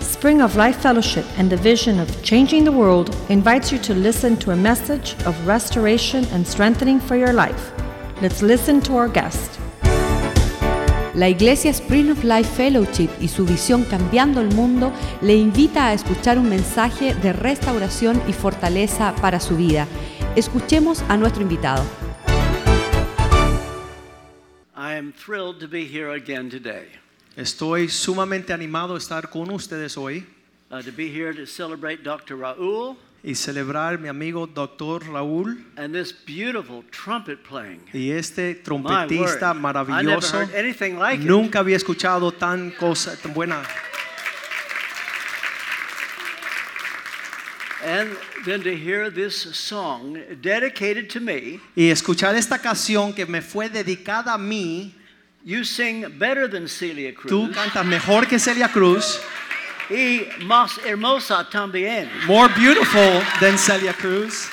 Spring of Life Fellowship and the vision of changing the world invites you to listen to a message of restoration and strengthening for your life. Let's listen to our guest. La Iglesia Spring of Life Fellowship y su visión Cambiando el Mundo le invita a escuchar un mensaje de restauración y fortaleza para su vida. Escuchemos a nuestro invitado. I am thrilled to be here again today, Estoy sumamente animado a estar con ustedes hoy uh, to be here to celebrate Dr. Raoul y celebrar mi amigo Dr. Raúl and this beautiful trumpet playing. y este My word, trompetista I never maravilloso. heard anything like it. Nunca había escuchado tan cosa tan buena. And then to hear this song dedicated to me, Y escuchar esta canción que me fue dedicada a mí. you sing better than Celia Tú Cruz. cantas mejor que Celia Cruz. Y más hermosa también. More beautiful than Celia Cruz.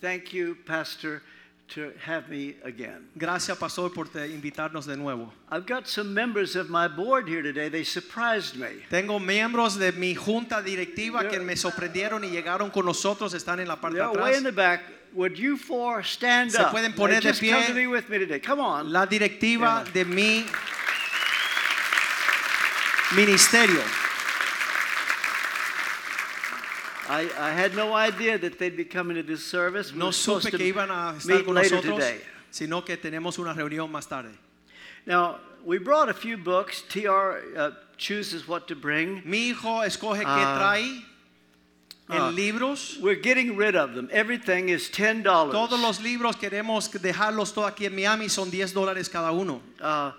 Thank you, Pastor, to have me again. Gracias, pastor, por te- invitarnos de nuevo. I've got some members of my board here today. They surprised me. Tengo miembros de mi junta directiva que me sorprendieron y llegaron con nosotros. Están en la parte de They're way atrás. in the back. Would you four stand Se up? pueden poner Now, de just come pie. to be with me today. Come on. la Yeah. directiva de mi ministerio. I, I had no idea that they'd be coming to this service. We No were supposed supe to que iban a estar meet con later nosotros, today. sino que tenemos una reunión más tarde. Now, we brought a few books. TR uh, chooses what to bring. Mi hijo escoge qué Ah. trae Ah. en libros. We're getting rid of them. Everything is $10. Todos los libros queremos dejarlos todos aquí en Miami, son 10 dólares cada uno. uh,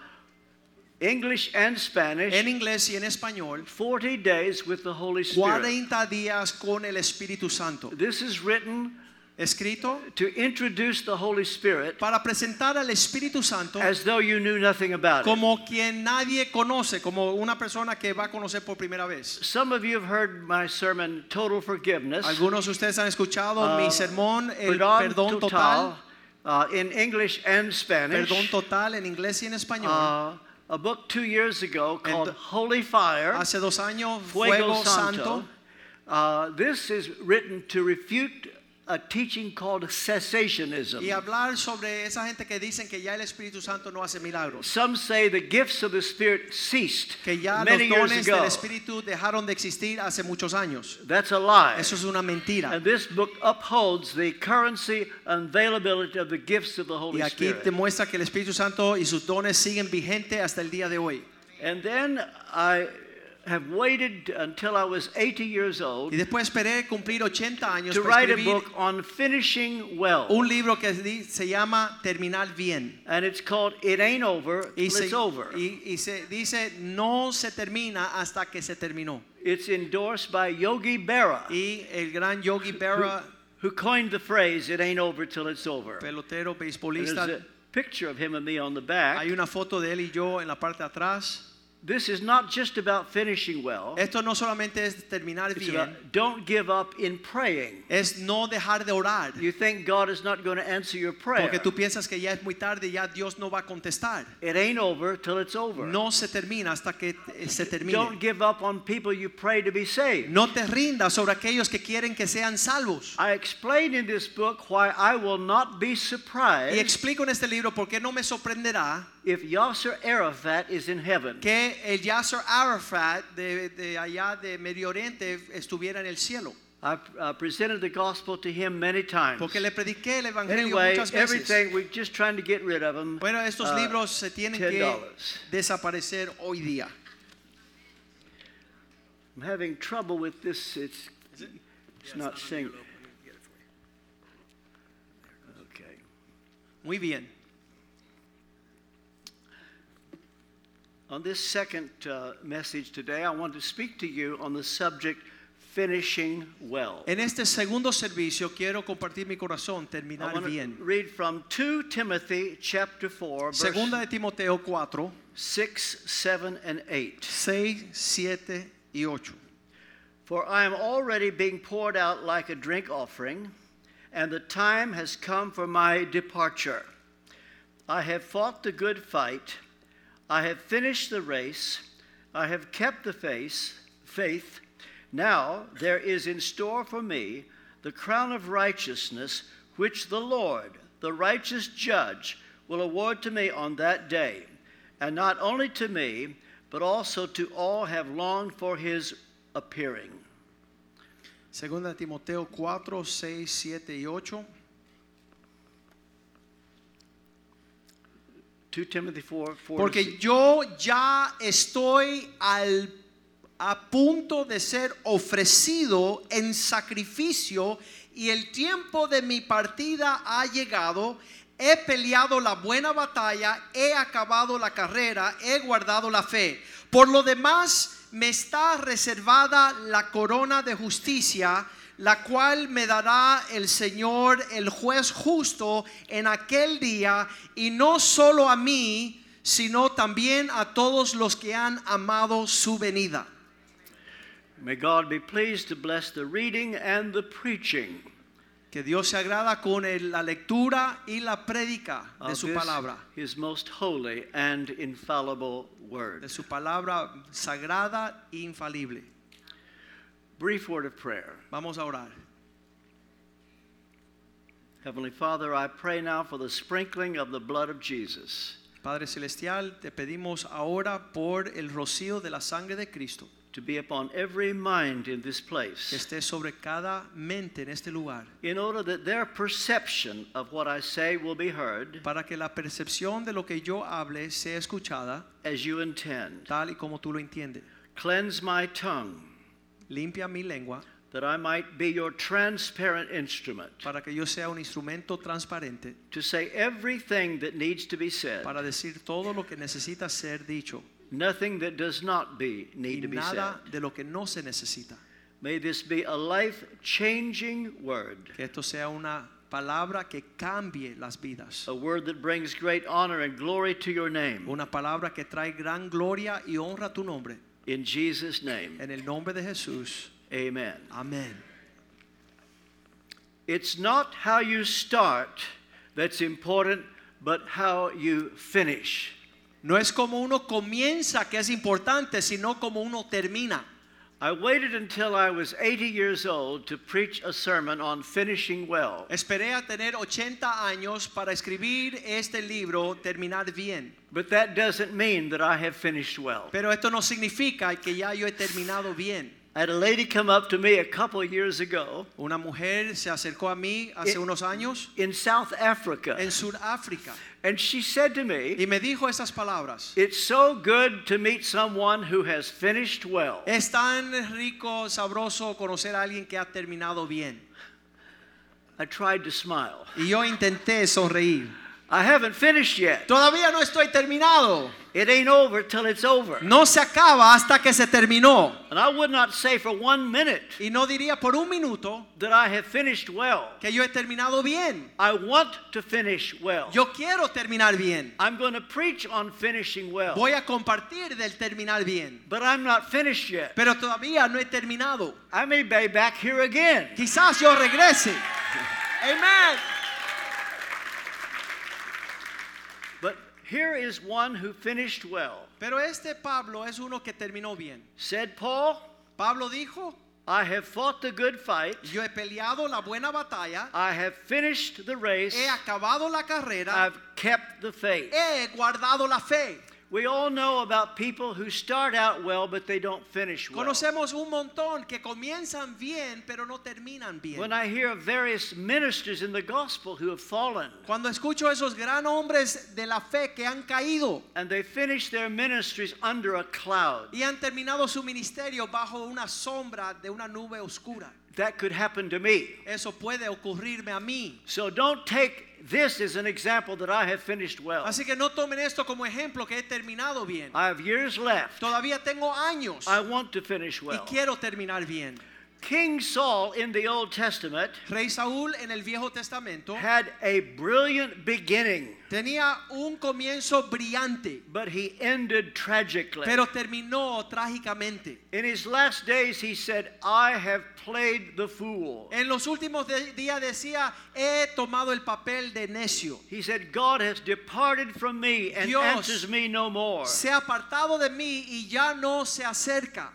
English and Spanish. En inglés y en español, 40 days with the Holy Spirit. 40 días con el Espíritu Santo. This is written Escrito to introduce the Holy Spirit para presentar al Espíritu Santo as though you knew nothing about it. como quien nadie conoce, como una persona que va a conocer por primera vez. Some of you have heard my sermon, Total Forgiveness. Algunos de ustedes han escuchado Uh, mi sermón, el Perdón perdón total, uh, in English and Spanish. perdón total en inglés y en español. Uh, a book two years ago called Ento- Holy Fire, Hace dos años, Fuego, Santo. Santo. Uh, this is written to refute a teaching called cessationism. Y hablar sobre esa gente que dicen que ya el Espíritu Santo no hace milagros. Some say the gifts of the Spirit ceased Que ya many los years dones ago. del Espíritu dejaron de existir hace muchos años. That's a lie. Eso es una mentira. And this book upholds the currency and availability of the gifts of the Holy Y aquí Spirit. demuestra que el Espíritu Santo y sus dones siguen vigentes hasta el día de hoy. And then I have waited until I was 80 years old Y después esperé cumplir 80 años to para write a escribir book on finishing well. un libro que di- se llama Terminar Bien. And it's called It Ain't Over, Till Y se, It's Over. y- y se dice no se termina hasta que se terminó. It's endorsed by Yogi Berra, Y el gran Yogi Berra, who coined the phrase It Ain't Over Till It's Over. And pelotero, there's beisbolista, a picture of him and me on the back. hay una foto de él y yo en la parte de atrás. This is not just about finishing well, Esto no solamente es terminar it's bien, about don't give up in praying. es no dejar de orar, You think God is not going to answer your prayer. porque tú piensas que ya es muy tarde, ya Dios no va a contestar. It ain't over till it's over. No se termina hasta que eh, se Don't termine. give up on people you pray to be saved. No te rindas sobre aquellos que quieren que sean salvos. I explain in this book why I will not be Y surprised explico en este libro por qué no me sorprenderá if Yasser Arafat is in heaven. que el Yasser Arafat de, de allá de Medio Oriente estuviera en el cielo. I uh, presented the gospel to him many times. Porque le prediqué el Evangelio Anyway, muchas veces. everything, we're just trying to get rid of them. Bueno, estos Uh, libros se tienen que $10. desaparecer hoy día. I'm having trouble with this. It's, it's not synced. Okay. Muy bien. On this second uh, message today, I want to speak to you on the subject finishing well. En este segundo servicio quiero compartir mi corazón, I terminar want to bien. read from 2 Timothy chapter 4, Segunda verse de Timoteo 4, 6, 7, and 8. 6, 7 y 8. For I am already being poured out like a drink offering, and the time has come for my departure. I have fought the good fight, I have finished the race, I have kept the face, faith. Now there is in store for me the crown of righteousness, which the Lord, the righteous judge, will award to me on that day, and not only to me, but also to all have longed for his appearing. Segunda de Timoteo 4, 6, 7 y 8. 2 Timothy 4, 4 to Porque 6. yo ya estoy al- a punto de ser ofrecido en sacrificio y el tiempo de mi partida ha llegado. He peleado la buena batalla, he acabado la carrera, he guardado la fe. Por lo demás, me está reservada la corona de justicia, la cual me dará el Señor, el juez justo, en aquel día, y no solo a mí, sino también a todos los que han amado su venida. May God be pleased to bless the reading and the preaching Que Dios se agrada con el- la lectura y la prédica de of su this, palabra, His most holy and infallible de word. su palabra sagrada e infalible. Brief word of prayer. Vamos a orar. Heavenly Father, I pray now for the sprinkling of the blood of Jesus Padre Celestial, te pedimos ahora por el rocío de la sangre de Cristo, to be upon every mind in this que place, esté sobre cada mente en este lugar, in order that their perception of what I say will be heard para que la percepción de lo que yo hable sea escuchada as you intend. tal y como tú lo entiendes. Cleanse my tongue, Limpia mi lengua that I might be your transparent instrument para que yo sea un instrumento transparente to say everything that needs to be said, para decir todo lo que necesita ser dicho nothing that does not be y need to be said. nada de lo que no se necesita. May this be a life-changing word, Que esto sea una palabra que cambie las vidas, a word that brings great honor and glory to your name. una palabra que trae gran gloria y honra a tu nombre. In Jesus' name, En el nombre de Jesús. amen. Amén. It's not how you start that's important, but how you finish. No es como uno comienza que es importante, sino como uno termina. I waited until I was 80 years old to preach a sermon on finishing well. Esperé a tener 80 años para escribir este libro, terminar bien. But that doesn't mean that I have finished well. Pero esto no significa que ya yo he terminado bien. I had a lady come up to me a couple of years ago Una mujer se acercó a mí hace Eh, unos años in South Africa, en Sudáfrica and she said to me, y me dijo estas palabras. It's so good to meet someone who has finished well. Es tan rico, sabroso conocer a alguien que ha terminado bien. I tried to smile. Y yo intenté sonreír. I haven't finished yet. Todavía no estoy terminado. It ain't over till it's over. No se acaba hasta que se terminó. And I would not say for one minute Y no diría por un minuto that I have finished well. que yo he terminado bien. I want to finish well. Yo quiero terminar bien. I'm going to preach on finishing well. Voy a compartir del terminar bien. But I'm not finished yet. Pero todavía no he terminado. I may be back here again. Quizás yo regrese. Amén. But here is one who finished well. Pero este Pablo es uno que terminó bien. Said Paul, Pablo dijo, I have fought the good fight. yo he peleado la buena batalla, I have finished the race. he acabado la carrera, I've kept the faith. he guardado la fe. We all know about people who start out well but they don't finish well. Conocemos un montón que comienzan bien, pero no terminan bien. When I hear of various ministers in the gospel who have fallen Cuando escucho a esos gran hombres de la fe que han caído and they finish their ministries under a cloud, y han terminado su ministerio bajo una sombra de una nube oscura, that could happen to me. eso puede ocurrirme a mí. So don't take this as an example that I have finished well. Así que no tomen esto como ejemplo que he terminado Ah. bien. I have years left. Todavía tengo años Ah, I want to finish y well. quiero terminar bien. King Saul in the Old Testament Rey Saúl en el Viejo Testamento had a brilliant beginning, tenía un comienzo brillante, but he ended tragically. pero terminó trágicamente. in his last days, he said, I have played the fool. En los últimos de- días decía, he tomado el papel de necio. He said, God has departed from me and Dios answers me no more. Se ha apartado de mí y ya no se acerca.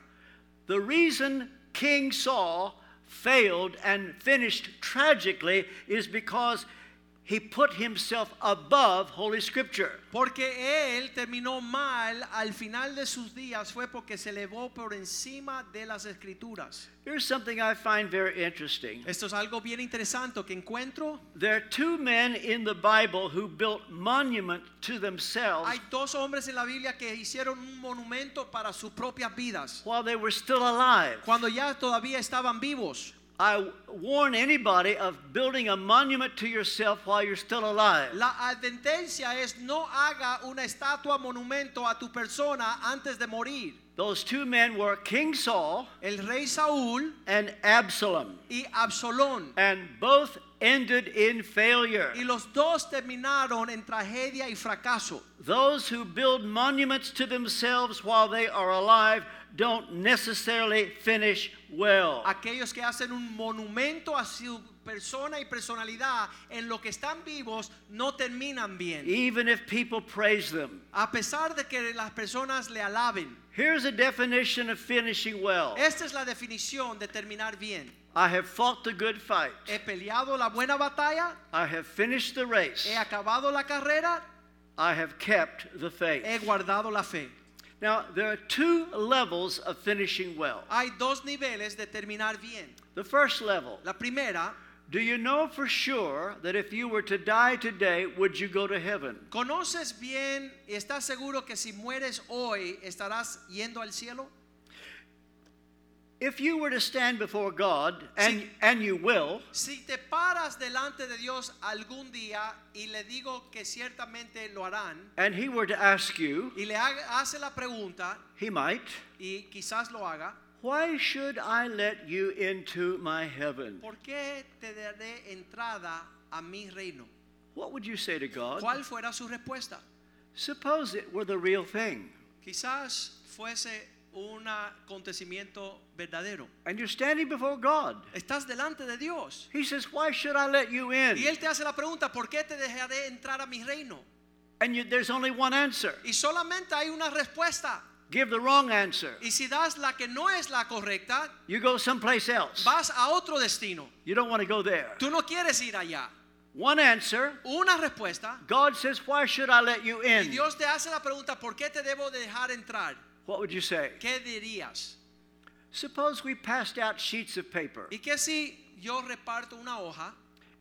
The reason King Saul failed and finished tragically is because he put himself above Holy Scripture. Porque él terminó mal al final de sus días fue porque se elevó por encima de las escrituras. Here's something I find very interesting. Esto es algo bien interesante que encuentro. There are two men in the Bible who built monument to themselves Hay dos hombres en la Biblia que hicieron un monumento para sus propias vidas while they were still alive. cuando ya todavía estaban vivos. I warn anybody of building a monument to yourself while you're still alive. La advertencia es no haga una estatua monumento a tu persona antes de morir. Those two men were King Saul El rey Saúl and Absalom. y Absalón. and both ended in failure. Y los dos terminaron en tragedia y fracaso. Those who build monuments to themselves while they are alive don't necessarily finish well. Aquellos que hacen un monumento a su persona y personalidad en lo que están vivos no terminan bien. Even if people praise them. A pesar de que las personas le alaben. Here's a definition of finishing well Esta es la definición de terminar bien. I have fought the good fight, He peleado la buena batalla, I have finished the race, he acabado la carrera, I have kept the he faith. guardado la fe. Now, there are two levels of finishing well. Hay dos niveles de terminar bien. The first level La primera, Do you know for sure that if you were to die today, would you go to heaven? ¿conoces bien y estás seguro que si mueres hoy estarás yendo al cielo? If you were to stand before God, and, Sí. and you will, Si te paras delante de Dios algún día y le digo que ciertamente lo harán, and He were to ask you, y le haga- hace la pregunta, He might, y quizás lo haga, why should I let you into my heaven? ¿por qué te daré entrada a mi reino? What would you say to God? ¿Cuál fuera su respuesta? Suppose it were the real thing, Quizás fuese un acontecimiento verdadero. and you're standing before God. Estás delante de Dios. He says, Why should I let you in? Y Él te hace la pregunta, ¿por qué te dejaré entrar a mi reino? And you, there's only one answer. Y solamente hay una respuesta. Give the wrong answer. Y si das la que no es la correcta, You go someplace else. vas a otro destino. You don't want to go there. Tú no quieres ir allá. One answer. Una respuesta. God says, Why should I let you Y in? Dios te hace la pregunta, ¿por qué te debo dejar entrar? What would you say? ¿Qué dirías? Suppose we passed out sheets of paper. ¿Y qué si yo reparto una hoja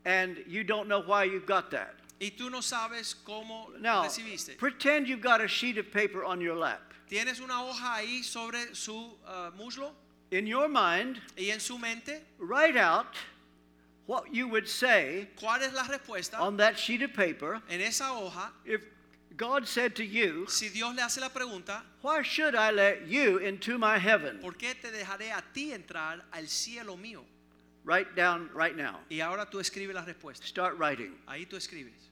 and you don't know why you got that. y tú no sabes cómo la Now, recibiste? pretend you've got a sheet of paper on your lap. Tienes una hoja ahí sobre su uh, muslo In your mind, y en su mente, write out what you would say ¿cuál es la respuesta? on that sheet of paper En esa hoja, if God said to you, si Dios le hace la pregunta, Why should I let you into my heaven? ¿por qué te dejaré a ti entrar al cielo mío? Write down right now. Y ahora tú escribes la respuesta. Start writing. Ahí tú escribes.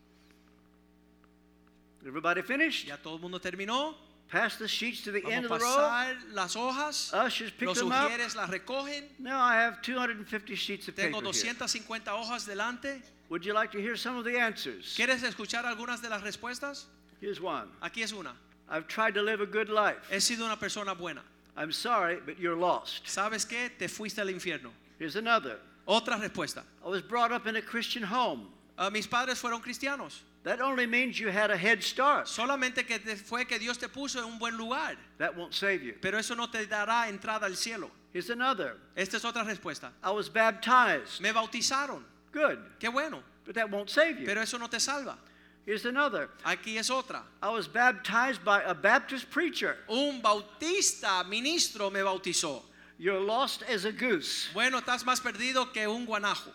Everybody finished? Ya todo el mundo terminó. Pass the sheets to the end Vamos a of the row. pasar las hojas. Ushers pick Los them up. sugieres las recogen. Now I have 250 sheets of Tengo paper. Here. 250 hojas delante. Would you like to hear some of the answers? ¿Quieres escuchar algunas de las respuestas? Here's one. Aquí es una. I've tried to live a good life. He sido una persona buena. I'm sorry, but you're lost. ¿Sabes qué? Te fuiste al infierno. Here's another. Otra respuesta. I was brought up in a Christian home. Ah, mis padres fueron cristianos. That only means you had a head start. Solamente que te- fue que Dios te puso en un buen lugar. That won't save you. Pero eso no te dará entrada al cielo. Here's another. Esta es otra respuesta. I was baptized. Me bautizaron. Good, Qué bueno. but that won't save you. Pero eso no te salva. Here's another. Aquí es otra. I was baptized by a Baptist preacher. Un bautista ministro me bautizó. You're lost as a goose. Bueno, estás más perdido que un guanajo.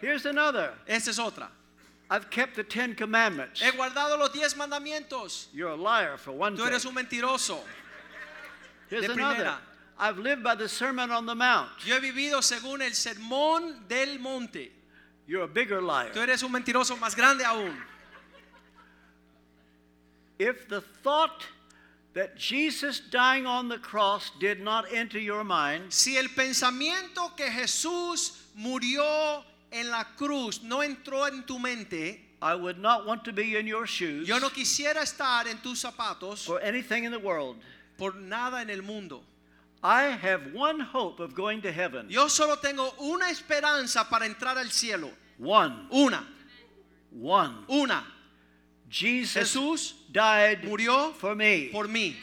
Here's another. Esta es otra. I've kept the Ten Commandments. He guardado los diez mandamientos. You're a liar for one Tú eres thing. un mentiroso. Here's de another. primera. I've lived by the Sermon on the Mount. Yo he vivido según el sermón del monte. You're a bigger liar. Tú eres un mentiroso más grande aún. If the thought that Jesus dying on the cross did not enter your mind, Si el pensamiento que Jesús murió en la cruz no entró en tu mente, I would not want to be in your shoes yo no quisiera estar en tus zapatos for anything in the world. por nada en el mundo. I have one hope of going to heaven. Yo solo tengo una esperanza para entrar al cielo. One, Una, one. una. Jesus Jesús died murió for me. por mí.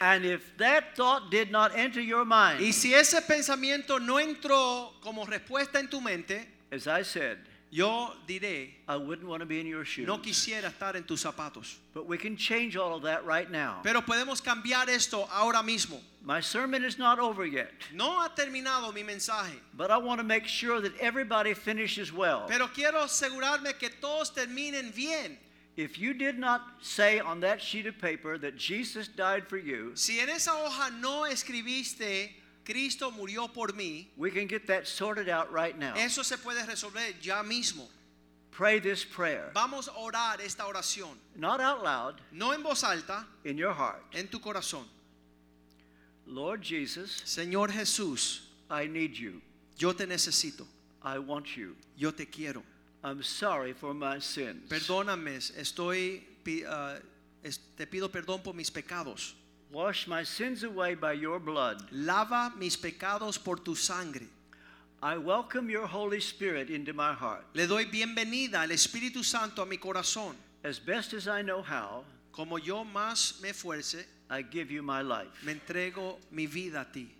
And if that thought did not enter your mind, Y si ese pensamiento no entró como respuesta en tu mente, as I said, yo diré, I wouldn't want to be in your shoes. no quisiera estar en tus zapatos. But we can change all of that right now. Pero podemos cambiar esto ahora mismo. My sermon is not over yet, No ha terminado mi mensaje, but I want to make sure that everybody finishes well. pero quiero asegurarme que todos terminen bien. If you did not say on that sheet of paper that Jesus died for you, Si en esa hoja no escribiste, Cristo murió por mí, we can get that sorted out right now. eso se puede resolver ya mismo. Pray this prayer, Vamos a orar esta oración, not out loud, no en voz alta, in your heart. en tu corazón. Lord Jesus, Señor Jesús, I need you. yo te necesito, I want you. yo te quiero. I'm sorry for my sins. Perdóname, estoy, pi- ah, es- te pido perdón por mis pecados. Wash my sins away by your blood. Lava mis pecados por tu sangre. I welcome your Holy Spirit into my heart. Le doy bienvenida al Espíritu Santo a mi corazón. As best as I know how, Como yo más me esfuerce, I give you my life. me entrego mi vida a ti.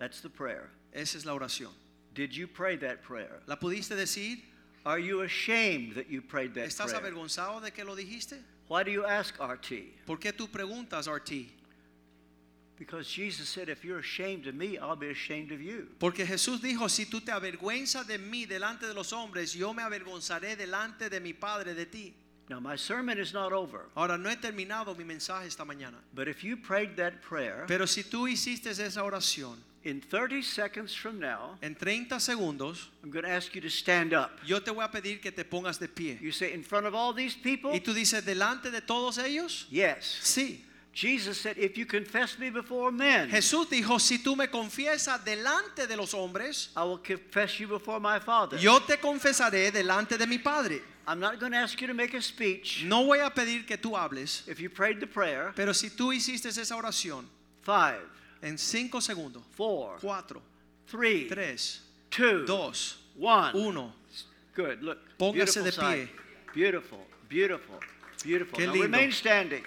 That's the prayer. Esa es la oración. Did you pray that prayer? ¿La pudiste decir? Are you ashamed that you prayed that ¿Estás prayer? avergonzado de que lo dijiste? Why do you ask RT? ¿Por qué tú preguntas, RT? Because Jesus said, if you're ashamed of me, I'll be ashamed of you. Porque Jesús dijo, si tú te avergüenzas de mí delante de los hombres, yo me avergonzaré delante de mi Padre de ti. Now, my sermon is not over, Ahora, no he terminado mi mensaje esta mañana. but if you prayed that prayer, Pero si tú hiciste esa oración, in 30 seconds from now, en 30 segundos, I'm going to ask you to stand up. yo te voy a pedir que te pongas de pie. You say, in front of all these people? Y tú dices, delante de todos ellos, Yes. sí. Jesus said, if you confess me before men, Jesús dijo, si tú me confiesas delante de los hombres, I will confess you before my Father. yo te confesaré delante de mi Padre. I'm not going to ask you to make a speech. No voy a pedir que tú hables, If you prayed the prayer, pero si tú hiciste esa oración five, en 5 segundos, four, 4, three, 3, two, 2, one. 1. Good. Look. Póngase beautiful de sight. pie. Beautiful, beautiful, beautiful. Qué Now lindo. remain standing.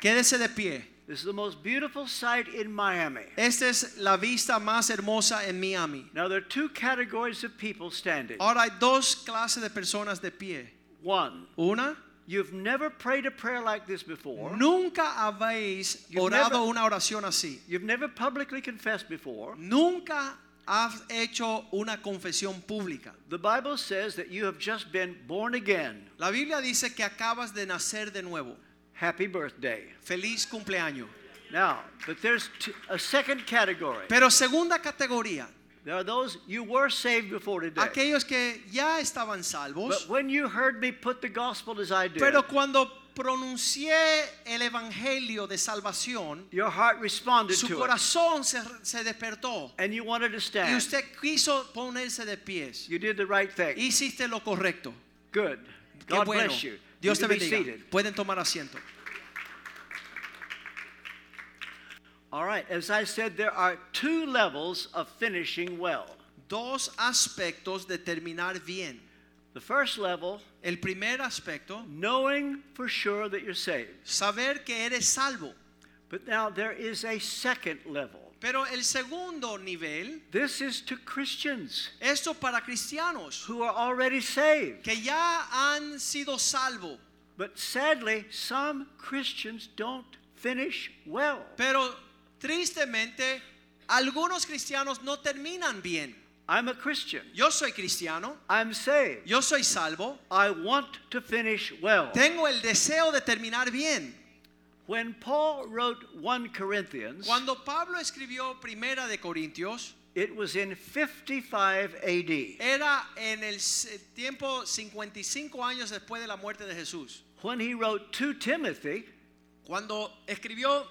Quédese de pie. This is the most beautiful sight in Miami. Esta es la vista más hermosa en Miami. Now there are two categories of people standing. Ahora hay dos clases de personas de pie. One, Una, you've never prayed a prayer like this before. nunca habéis You've orado never- una oración así. You've never publicly confessed before. Nunca has hecho una confesión pública. The Bible says that you have just been born again. La Biblia dice que acabas de nacer de nuevo. Happy birthday. Feliz cumpleaños. Now, but there's t- a second category. Pero segunda categoría, There are those you were saved before today. aquellos que ya estaban But salvos, when you heard me put the gospel as I did, pero cuando pronuncié el evangelio de salvación, your heart responded su to corazón se, se despertó it, and you wanted to y stand. usted quiso ponerse de pies. You did the right thing. Hiciste lo correcto. Good. Qué God bueno. bless you. Dios you te can be bendiga. seated. Pueden tomar asiento. All right. As I said, there are two levels of finishing well. Dos aspectos de terminar bien. The first level, El primer aspecto, knowing for sure that you're saved. saber que eres salvo. But now there is a second level. Pero el segundo nivel, This is to Christians esto para cristianos who are already saved. que ya han sido salvos. But sadly, some Christians don't finish well. Pero tristemente, algunos cristianos no terminan bien. I'm a Christian. Yo soy cristiano, I'm saved. yo soy salvo, I want to finish well. tengo el deseo de terminar bien. When Paul wrote 1 Corinthians, Cuando Pablo escribió Primera de Corintios, it was in 55 AD era en el s- eh, tiempo 55 años después de la muerte de Jesús. when he wrote to Timothy Cuando escribió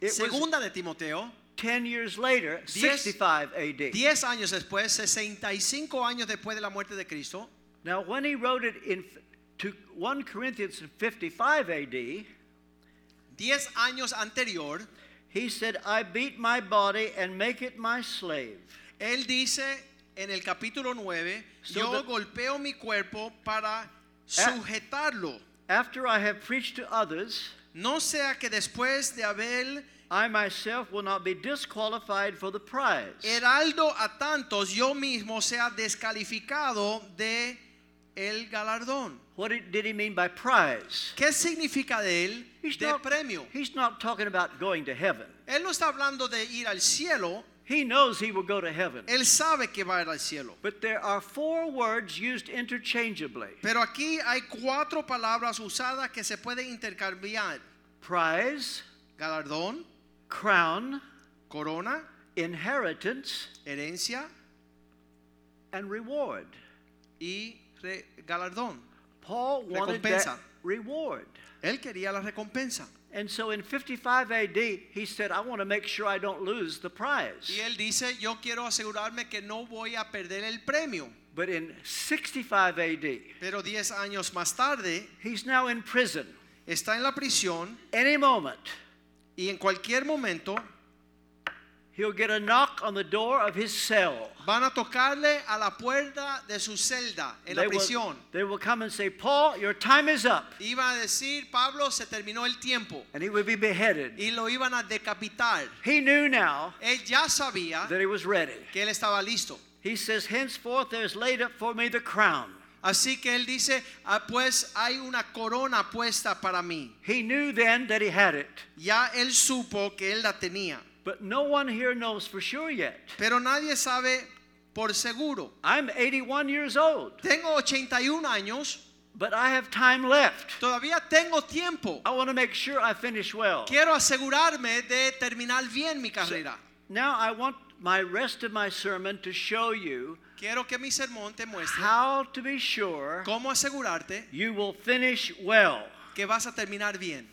It was- Segunda de Timoteo, 10 years later, Diez- 65 AD. 10 años después, 65 años después de la muerte de Cristo, Now, when he wrote it in f- to 1 Corinthians in 55 AD, 10 años anterior, he said, I beat my body and make it my slave. él dice en el capítulo 9, So yo the- Eh. golpeo mi cuerpo para sujetarlo, After I have preached to others, no sea que después de haber I myself will not be disqualified for the prize. heraldo a tantos, yo mismo sea descalificado de el galardón. What did, did he mean by prize? ¿Qué significa de él? De premio. he's not talking about going to heaven. Él no está hablando de ir al cielo, He knows he will go to heaven. él sabe que va a ir al cielo. But there are four words used interchangeably Pero aquí hay cuatro palabras usadas que se pueden intercambiar. prize, Galardón, crown, corona, inheritance, herencia and reward. y re- galardón. Paul wanted that Recompensa. reward. Él quería la recompensa. And so in 55 AD, he said, I want to make sure I don't lose the prize. Y él dice, yo quiero asegurarme que no voy a perder el premio. But in 65 AD, Pero 10 años más tarde, he's now in prison. está en la prisión Any moment, y en cualquier momento he'll get a knock on the door of his cell. van a tocarle a la puerta de su celda en la They will- prisión. they will come and say, Paul, your time is up. Iba a decir, Pablo, se terminó el tiempo And he would be beheaded. y lo iban a decapitar. He knew now Él ya sabía that he was ready. que él estaba listo. He says, Henceforth there's laid up for me the crown. Así que él dice, "Ah, pues hay una corona puesta para mí. He knew then that he had it. Ya él supo que él la tenía, But no one here knows for sure yet. pero nadie sabe por seguro. I'm 81 years old, Tengo 81 años, but I have time left. todavía tengo tiempo. I want to make sure I finish well. Quiero asegurarme de terminar bien mi So, carrera. now I want my rest of my sermon to show you Quiero que mi sermón te muestre how to be sure cómo asegurarte you will finish well. que vas a terminar bien.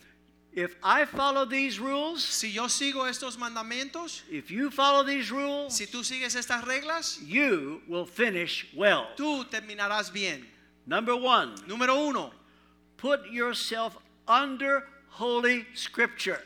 If I follow these rules, Si yo sigo estos mandamientos, if you follow these rules, si tú sigues estas reglas, you will finish well. tú terminarás bien. Number one, Número uno, put yourself under Holy Scripture.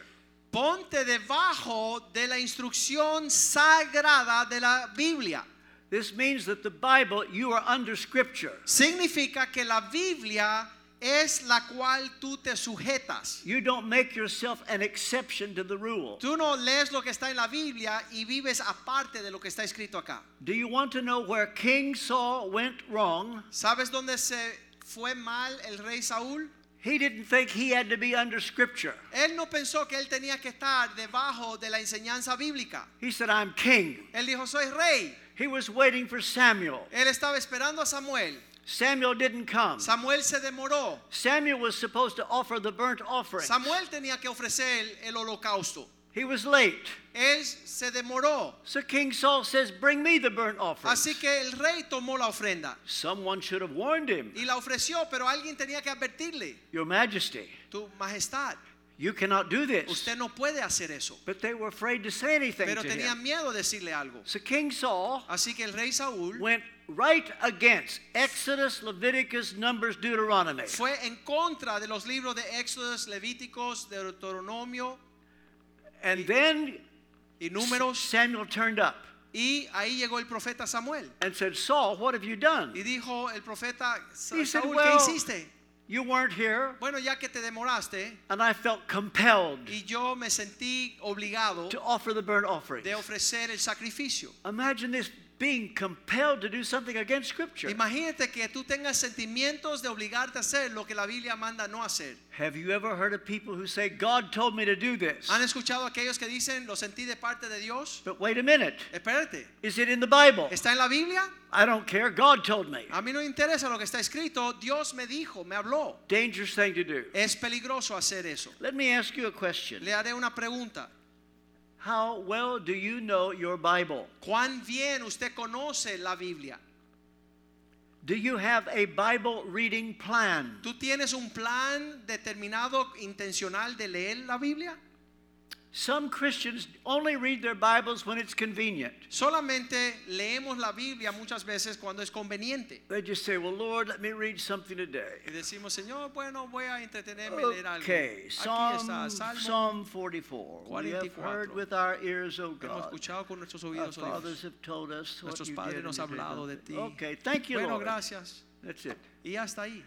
ponte debajo de la instrucción sagrada de la Biblia. This means that the Bible, you are under Scripture. Significa que la Biblia es la cual tú te sujetas. You don't make yourself an exception to the rule. Tú no lees lo que está en la Biblia y vives aparte de lo que está escrito acá. Do you want to know where King Saul went wrong? ¿Sabes dónde se fue mal el rey Saúl? He didn't think he had to be under Scripture. Él no pensó que él tenía que estar debajo de la enseñanza bíblica. He said, I'm king. Él dijo, soy rey. He was waiting for Samuel. Él estaba esperando a Samuel. Samuel didn't come. Samuel se demoró. Samuel was supposed to offer the burnt offering. Samuel tenía que ofrecer el holocausto. He was late. Él se demoró. So King Saul says, Bring me the burnt offering. Así que el rey tomó la ofrenda Someone should have warned him. y la ofreció, pero alguien tenía que advertirle, Your Majesty, tu majestad, you cannot do this. usted no puede hacer eso. But they were afraid to say anything Pero to tenían him. miedo de decirle algo. So King Saul Así que el rey Saúl went right against Exodus, Leviticus, Numbers, Deuteronomy. fue en contra de los libros de Éxodos, Levíticos, Deuteronomio And then y Números. Samuel turned up Y ahí llegó el profeta Samuel and said, Saul, what have you done? y dijo el profeta Sa- He said, Saúl, ¿qué "Well- hiciste? You weren't here, Bueno, ya que te demoraste and I felt compelled y yo me sentí obligado to offer the burnt offering. de ofrecer el sacrificio. Imagine this being compelled to do something against Scripture. Imagínate que tú tengas sentimientos de obligarte a hacer lo que la Biblia manda no hacer. Have you ever heard of people who say, God told me to do this? ¿Han escuchado a aquellos que dicen, lo sentí de parte de Dios? But wait a minute. Espérate, Is it in the Bible? ¿está en la Biblia? I don't care. God told me. A mí no me interesa lo que está escrito, Dios me dijo, me habló. Dangerous thing to do. Es peligroso hacer eso. Let me ask you a question. Le haré una pregunta. How well do you know your Bible? ¿Cuán bien usted conoce la Biblia? Do you have a Bible reading plan? ¿Tú tienes un plan determinado, intencional de leer la Biblia? Some Christians only read their Bibles when it's convenient. Solamente leemos la Biblia muchas veces cuando es conveniente. They just say, Well, Lord, let me read something today. Y decimos, Señor, bueno, voy a entretenerme en leer algo. Okay, Aquí Psalm, está, Salmo. Psalm 44. We have 44. heard with our ears, O Hemos God. escuchado con nuestros Our oídos, oh Dios. fathers have told us what Nuestros you padres did nos and han you did hablado not de do. ti. Okay, thank you, bueno, Lord. gracias. That's it. Y hasta ahí.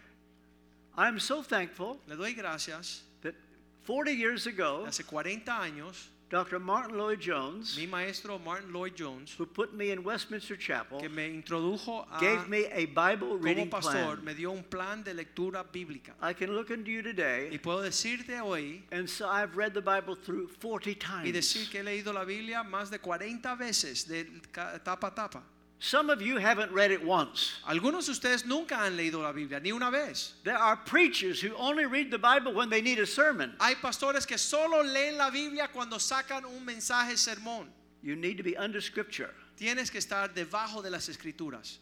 I'm so thankful Le doy gracias. that 40 years ago, Hace 40 años, Dr. Martin Lloyd Jones, mi maestro Martin Lloyd Jones, who put me in Westminster Chapel, que me introdujo a, gave me a Bible reading como pastor, plan. me dio un plan de lectura bíblica. I can look into you Y today, puedo decirte hoy and so I've read the Bible through 40 y decir times. que he leído la Biblia más de 40 veces, de ca- tapa a tapa. Some of you haven't read it once. Algunos de ustedes nunca han leído la Biblia, ni una vez. There are preachers who only read the Bible when they need a sermon. Hay pastores que solo leen la Biblia cuando sacan un mensaje sermón. You need to be under Scripture. Tienes que estar debajo de las escrituras.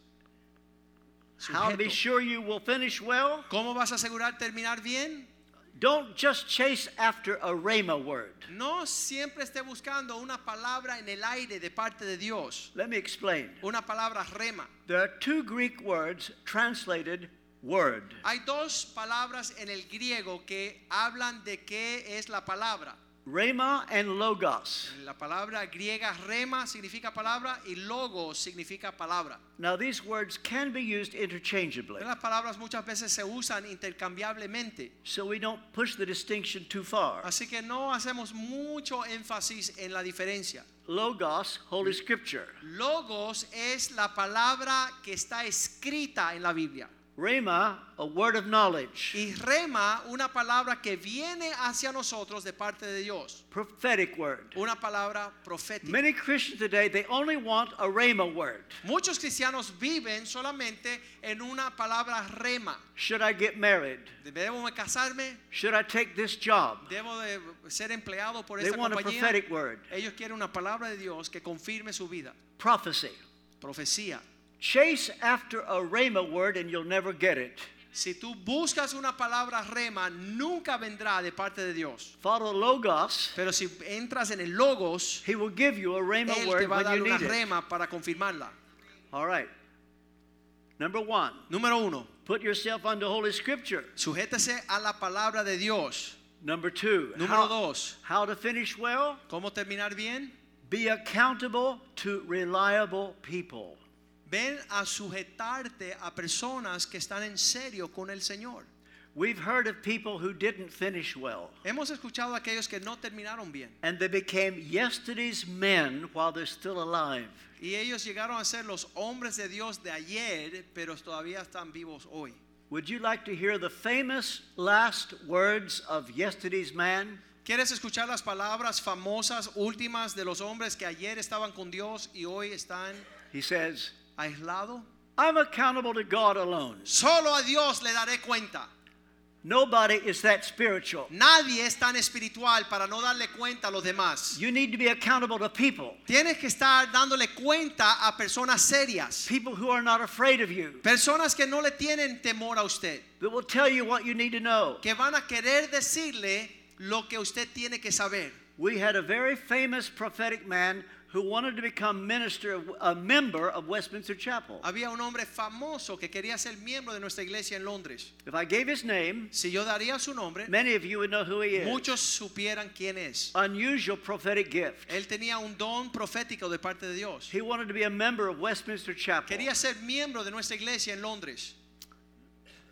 How to be Sujeto. sure you will finish well? ¿Cómo vas a asegurar terminar bien? Don't just chase after a rhema word. No siempre esté buscando una palabra en el aire de parte de Dios, Let me explain. una palabra rema. There are two Greek words translated word. Hay dos palabras en el griego que hablan de qué es la palabra. Rhema and logos. La palabra griega rema significa palabra y logo significa palabra. Now these words can be used interchangeably. Las palabras muchas veces se usan intercambiablemente. So we don't push the distinction too far. Así que no hacemos mucho énfasis en la diferencia. Logos, Holy Scripture. Logos es la palabra que está escrita en la Biblia. Rhema, a word of knowledge. Y rema, una palabra que viene hacia nosotros de parte de Dios. Prophetic word. Una palabra profética. Many Christians today, they only want a rhema word. Muchos cristianos viven solamente en una palabra rema. Should I get married? ¿Debo de casarme? Should I take this job? ¿Debo de ser empleado por They esta want a compañía? prophetic word. Ellos quieren una palabra de Dios que confirme su vida. Prophecy. Profecía. Chase after a rhema word and you'll never get it. Si tú buscas una palabra rema, nunca vendrá de parte de Dios. Follow logos. Pero si entras en el logos, He will give you a rhema él te word va a when dar you una need it. rema para confirmarla. All right. Number one, Número uno, put yourself under Holy Scripture. sujétese a la palabra de Dios. Number two, Número how, dos, how to finish well? ¿cómo terminar bien? Be accountable to reliable people. Ven a sujetarte a personas que están en serio con el Señor. We've heard of people who didn't finish well. Hemos escuchado a aquellos que no terminaron bien And they became yesterday's men while they're still alive. y ellos llegaron a ser los hombres de Dios de ayer, pero todavía están vivos hoy. Would you like to hear the famous last words of yesterday's man? ¿Quieres escuchar las palabras famosas últimas de los hombres que ayer estaban con Dios y hoy están He says, aislados? I'm accountable to God alone. Solo a Dios le daré cuenta. Nobody is that spiritual. Nadie es tan espiritual para no darle cuenta a los demás. You need to be accountable to people, Tienes que estar dándole cuenta a personas serias, people who are not afraid of you, personas que no le tienen temor a usted, that will tell you what you need to know. que van a querer decirle lo que usted tiene que saber. We had a very famous prophetic man who wanted to become minister, of, a member of Westminster Chapel. Había un hombre famoso que quería ser miembro de nuestra iglesia en Londres. If I gave his name, Si yo daría su nombre, many of you would know who he is. muchos supieran quién es. unusual prophetic gift. Él tenía un don profético de parte de Dios. He wanted to be a member of Westminster Chapel. Quería ser miembro de nuestra iglesia en Londres.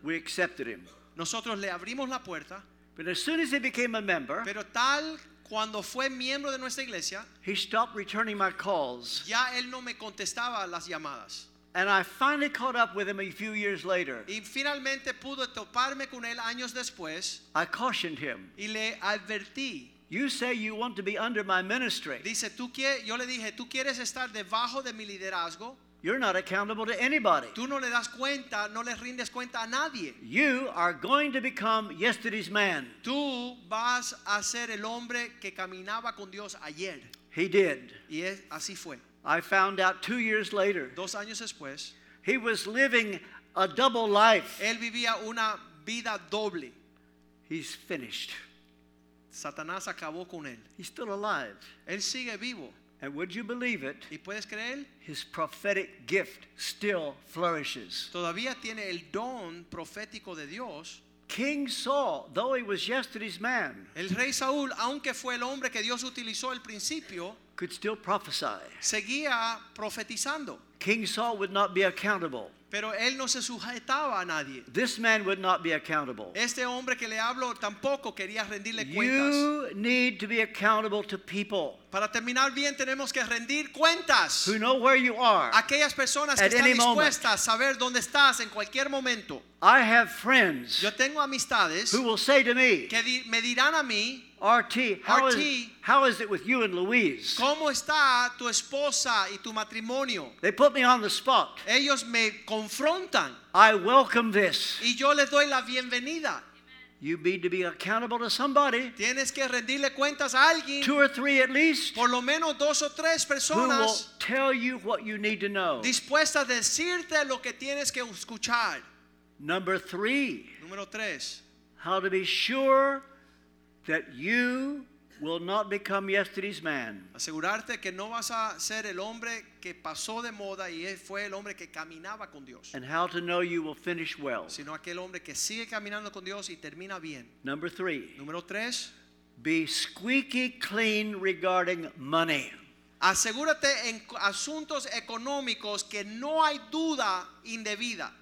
We accepted him. Nosotros le abrimos la puerta, Ah. But as soon as he became a member, pero tal cuando fue miembro de nuestra iglesia, He stopped returning my calls. ya él no me contestaba las llamadas. And I finally caught up with him a few years later. Y finalmente pude toparme con él años después I cautioned him. y le advertí. You say you want to be under my ministry. Dice, tú quie-" yo le dije, tú quieres estar debajo de mi liderazgo, You're not accountable to anybody. tú no le das cuenta, no le rindes cuenta a nadie. You are going to become yesterday's man. Tú vas a ser el hombre que caminaba con Dios ayer. He did. Y es- así fue. I found out two years later. Dos años después, He was living a double life. él vivía una vida doble. He's finished. Satanás acabó con él. He's still alive. Él sigue vivo. And would you believe it? ¿Y puedes creer? His prophetic gift still flourishes. Todavía tiene el don profético de Dios. King Saul, though he was yesterday's man, El rey Saúl, aunque fue el hombre que Dios utilizó al principio, could still prophesy. seguía profetizando. King Saul would not be accountable. Pero él no se sujetaba a nadie. This man would not be accountable. Este hombre que le hablo tampoco quería rendirle cuentas. You need to be accountable to people Para terminar bien tenemos que rendir cuentas. who know where you are. Aquellas personas que At están any moment. dispuestas a saber dónde estás en cualquier momento. I have friends Yo tengo amistades who will say to me, que di- me dirán a mí, RT, how is, RT. how is it with you and Louise? ¿cómo está tu esposa y tu matrimonio? They put me on the spot. Ellos me confrontan I welcome this. y yo les doy la bienvenida. You need to be accountable to somebody, Tienes que rendirle cuentas a alguien, two or three at least, por lo menos dos o tres who will personas tell you what you need to know. dispuestas a decirte lo que tienes que escuchar. Number three, Número tres, how to be sure that you will not become yesterday's man. asegurarte que no vas a ser el hombre que pasó de moda y él fue el hombre que caminaba con Dios, and how to know you will finish well. sino aquel hombre que sigue caminando con Dios y termina bien. Number three, Número tres, be squeaky clean regarding money. asegúrate en cu- asuntos económicos que no hay duda indebida.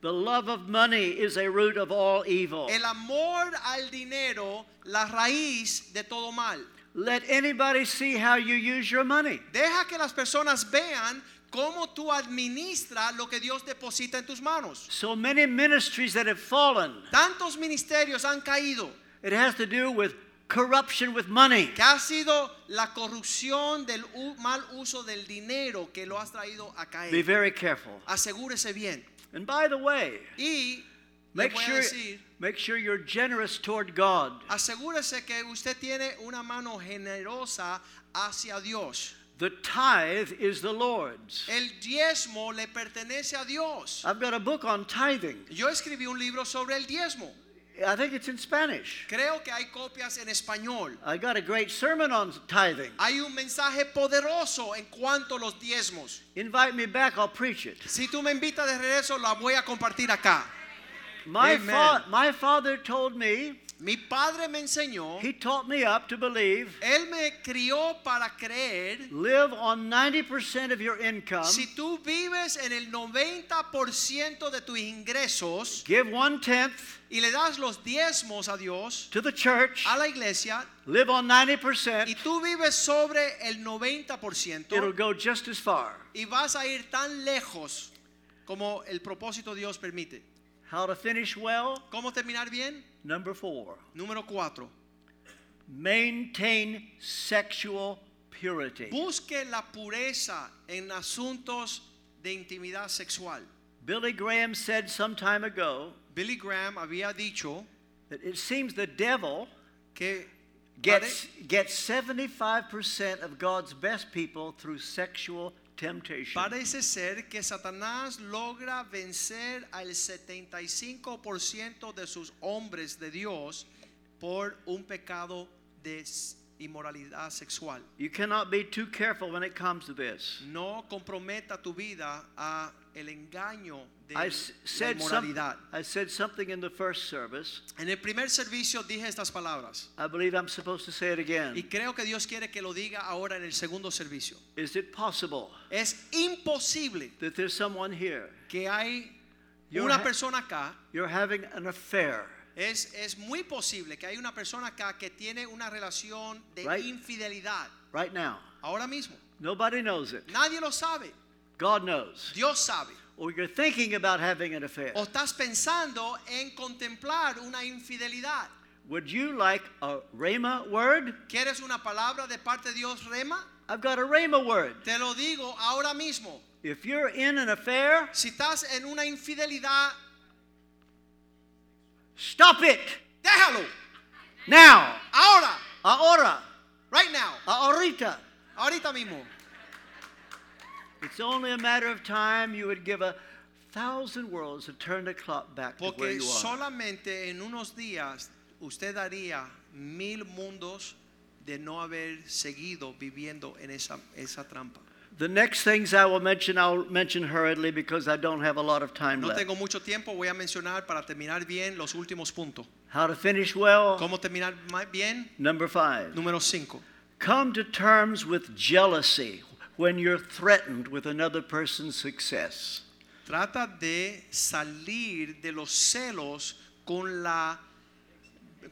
The love of money is a root of all evil. El amor al dinero, la raíz de todo mal. Let anybody see how you use your money. Deja que las personas vean cómo tú administras lo que Dios deposita en tus manos. So many ministries that have fallen, Tantos ministerios han caído it has to do with corruption with money. que ha sido la corrupción del u- mal uso del dinero que lo has traído a Be caer. very careful. Asegúrese bien. And by the way, Y le make voy a sure, decir, make sure you're generous toward God. asegúrese que usted tiene una mano generosa hacia Dios. The tithe is the Lord's. El diezmo le pertenece a Dios. I've got a book on tithing. Yo escribí un libro sobre el diezmo. I think it's in Spanish. Creo que hay copias en español. I got a great sermon on tithing. Hay un mensaje poderoso en cuanto a los diezmos. Invite me back, I'll preach it. Si tú me invitas de regreso, la voy a compartir acá. My, Amen. fa- my father told me, Mi padre me enseñó, he taught me up to believe, él me crió para creer. live on 90% of your income, Si tú vives en el 90% de tus ingresos give one tenth y le das los diezmos a Dios, to the church, a la iglesia, live on y 90%, tú vives sobre el it'll 90% go just as far. y vas a ir tan lejos como el propósito de Dios permite. How to finish well? ¿Cómo terminar bien? Number four, Número 4. maintain sexual Eh. purity. Busque la pureza en asuntos de intimidad sexual. Billy Graham said some time ago Billy Graham había dicho that it seems the devil que gets gets 75% of God's best people through sexual temptation. pare- parece ser que Satanás logra vencer al 75% de sus hombres de Dios por un pecado de s- inmoralidad sexual. You cannot be too careful when it comes to this. No comprometa tu vida a el engaño de I s- la said, some, inmoralidad. I said something in the first service. En el primer servicio dije estas palabras. I believe I'm supposed to say it Y again. creo que Dios quiere que lo diga ahora en el segundo servicio. Is it possible Es imposible that there's someone here? que hay You're una ha- persona acá You're having an affair Es, es muy posible que hay una persona acá que tiene una relación de Right. infidelidad right now. ahora mismo. Nobody knows it. Nadie lo sabe. God knows. Dios sabe. Or you're thinking about having an affair. O estás pensando en contemplar una infidelidad. Would you like a Rhema word? ¿Quieres una palabra de parte de Dios, Rema? I've got a Rhema word. Te lo digo ahora mismo. If you're in an affair, Si estás en una infidelidad, stop it déjalo. now. Ahora. Ahora. Right now. Ahorita. Ahorita mismo. It's only a matter of time you would give a thousand worlds to turn the clock back to where Porque you are. solamente en unos días usted daría mil mundos de no haber seguido viviendo en esa, esa trampa. The next things I will mention, I'll mention hurriedly because I don't have a lot of time No left. tengo mucho tiempo, voy a mencionar para terminar bien los últimos puntos. How to finish well. ¿Cómo terminar ma- bien? Number five. Número 5. Come to terms with jealousy when you're threatened with another person's success. Trata de salir de los celos con la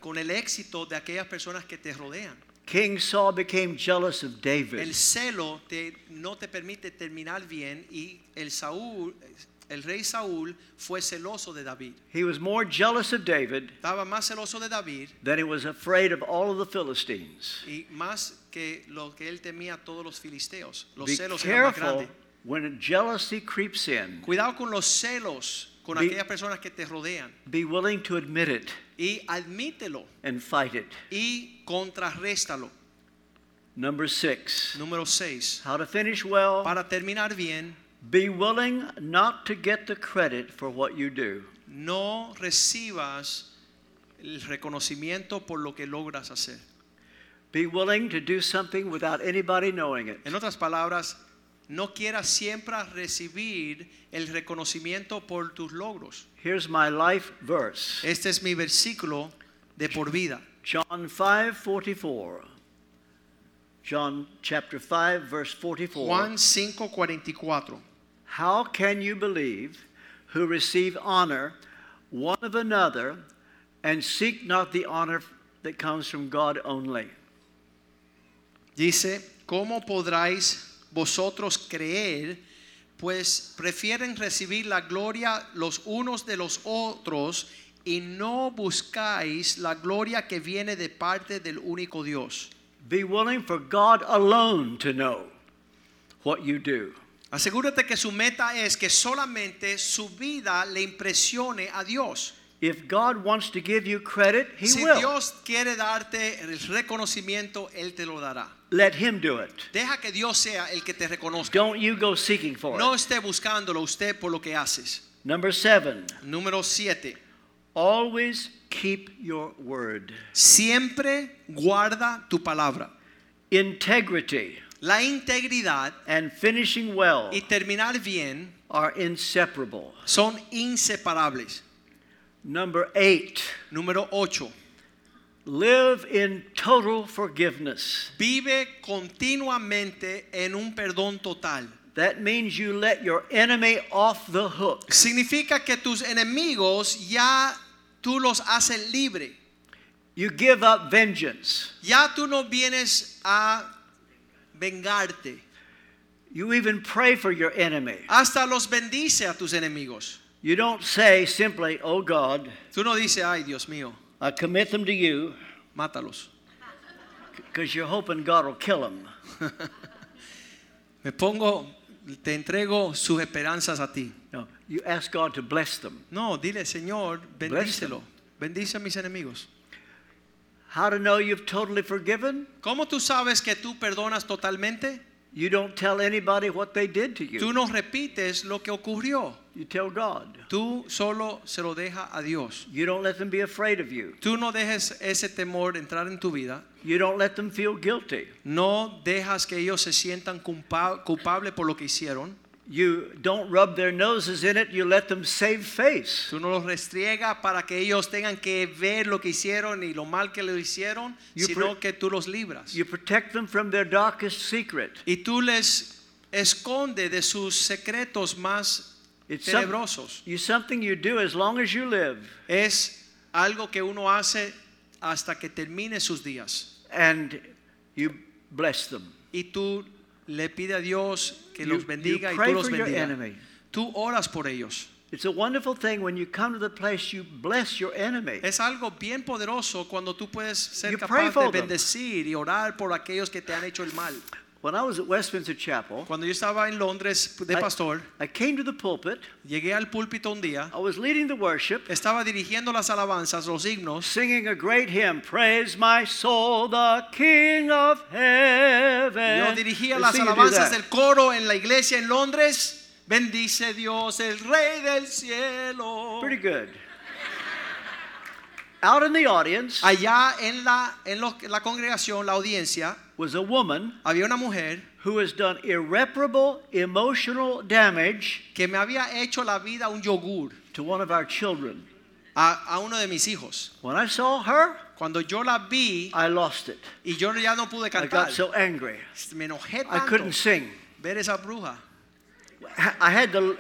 con el éxito de aquellas personas que te rodean. King Saul became jealous of David. El celo te- no te permite terminar bien y el Saúl, el rey Saúl fue celoso de David. He was more jealous of David Estaba más celoso de David than he was afraid of all of the Philistines. y más que lo que él temía a todos los filisteos. Los Be celos eran más careful grandes. when jealousy creeps in. Cuidado con los celos con Be- aquellas personas que te rodean Be willing to admit it y admítelo and fight it. y contrarréstalo. Number six, Número 6. how to finish well. Para terminar bien, Be willing not to get the credit for what you do. no recibas el reconocimiento por lo que logras hacer. Be willing to do something without anybody knowing it. En otras palabras, no quieras siempre recibir el reconocimiento por tus logros. Here's my life verse Este es mi versículo de por vida. John 5 44. John chapter 5, verse 44. Juan 5:44. How can you believe who receive honor one of another and seek not the honor that comes from God only? Dice, ¿cómo podráis vosotros creer? Pues prefieren recibir la gloria los unos de los otros y no buscáis la gloria que viene de parte del único Dios. Be willing for God alone to know what you do. Asegúrate que su meta es que solamente su vida le impresione a Dios. If God wants to give you credit, He si will. Dios quiere darte el reconocimiento, Él te lo dará. Let Him do it. Deja que Dios sea el que te reconozca. Don't you go seeking for No it. esté buscándolo usted por lo que haces. Number seven, Número 7. always keep your word. Siempre guarda tu palabra. Integrity La integridad and finishing well y terminar bien are inseparable. son inseparables. Number eight, Número 8. Live in total forgiveness. Vive continuamente en un perdón total. That means you let your enemy off the hook. Significa que tus enemigos ya tú los haces libre. You give up vengeance. Ya tú no vienes a vengarte. You even pray for your enemy. Hasta los bendice a tus enemigos. You don't say simply, Oh God, Tú no dices, ay Dios mío, I commit them to you, mátalos. because you're hoping God will kill them. Me pongo, te entrego sus esperanzas a ti. No, you ask God to bless them. No, dile, Señor, them. bendícelo. Bendice a mis enemigos. How to know you've totally forgiven? ¿Cómo tú sabes que tú perdonas totalmente? You don't tell anybody what they did to Tú you. no repites lo que ocurrió. You tell God. Tú solo se lo deja a Dios. You don't let them be afraid of you. Tú no dejes ese temor entrar en tu vida. You don't let them feel guilty. No dejas que ellos se sientan culpa- culpables por lo que hicieron. You don't rub their noses in it, you let them save face. Tú no los restriega para que ellos tengan que ver lo que hicieron y lo mal que lo hicieron, You sino pre- que tú los libras. You protect them from their darkest secret. y tú les esconde de sus secretos más It's some- tenebrosos. you, something you do as long as you live. es algo que uno hace hasta que termine sus días. and you bless them. Y tú le pides a Dios que You- los bendiga you y pray tú los for your bendiga. enemy. Tú oras por ellos. It's a wonderful thing when you come to the place you bless your enemy. Es algo bien poderoso cuando tú puedes ser You pray capaz for de them. bendecir y orar por aquellos que te han hecho el mal. When I was at Westminster Chapel, Cuando yo estaba en Londres de I- pastor, I came to the pulpit. llegué al púlpito un día, I was leading the worship, estaba dirigiendo las alabanzas, los himnos, singing a great hymn, Praise my soul, the King of heaven. yo dirigía You las Eh, see, you do that. alabanzas del coro en la iglesia en Londres. Bendice Dios, el Rey del cielo. Pretty good. Out in the audience Allá en la en los- la congregación, la audiencia, was a woman había una mujer who has done irreparable emotional damage que me había hecho la vida un yogur to one of our children. a- a uno de mis hijos. When I saw her, Cuando yo la vi, I lost it. Y yo ya no pude I cantar. got so angry. Me enojé I tanto couldn't sing. ver esa bruja. I had to,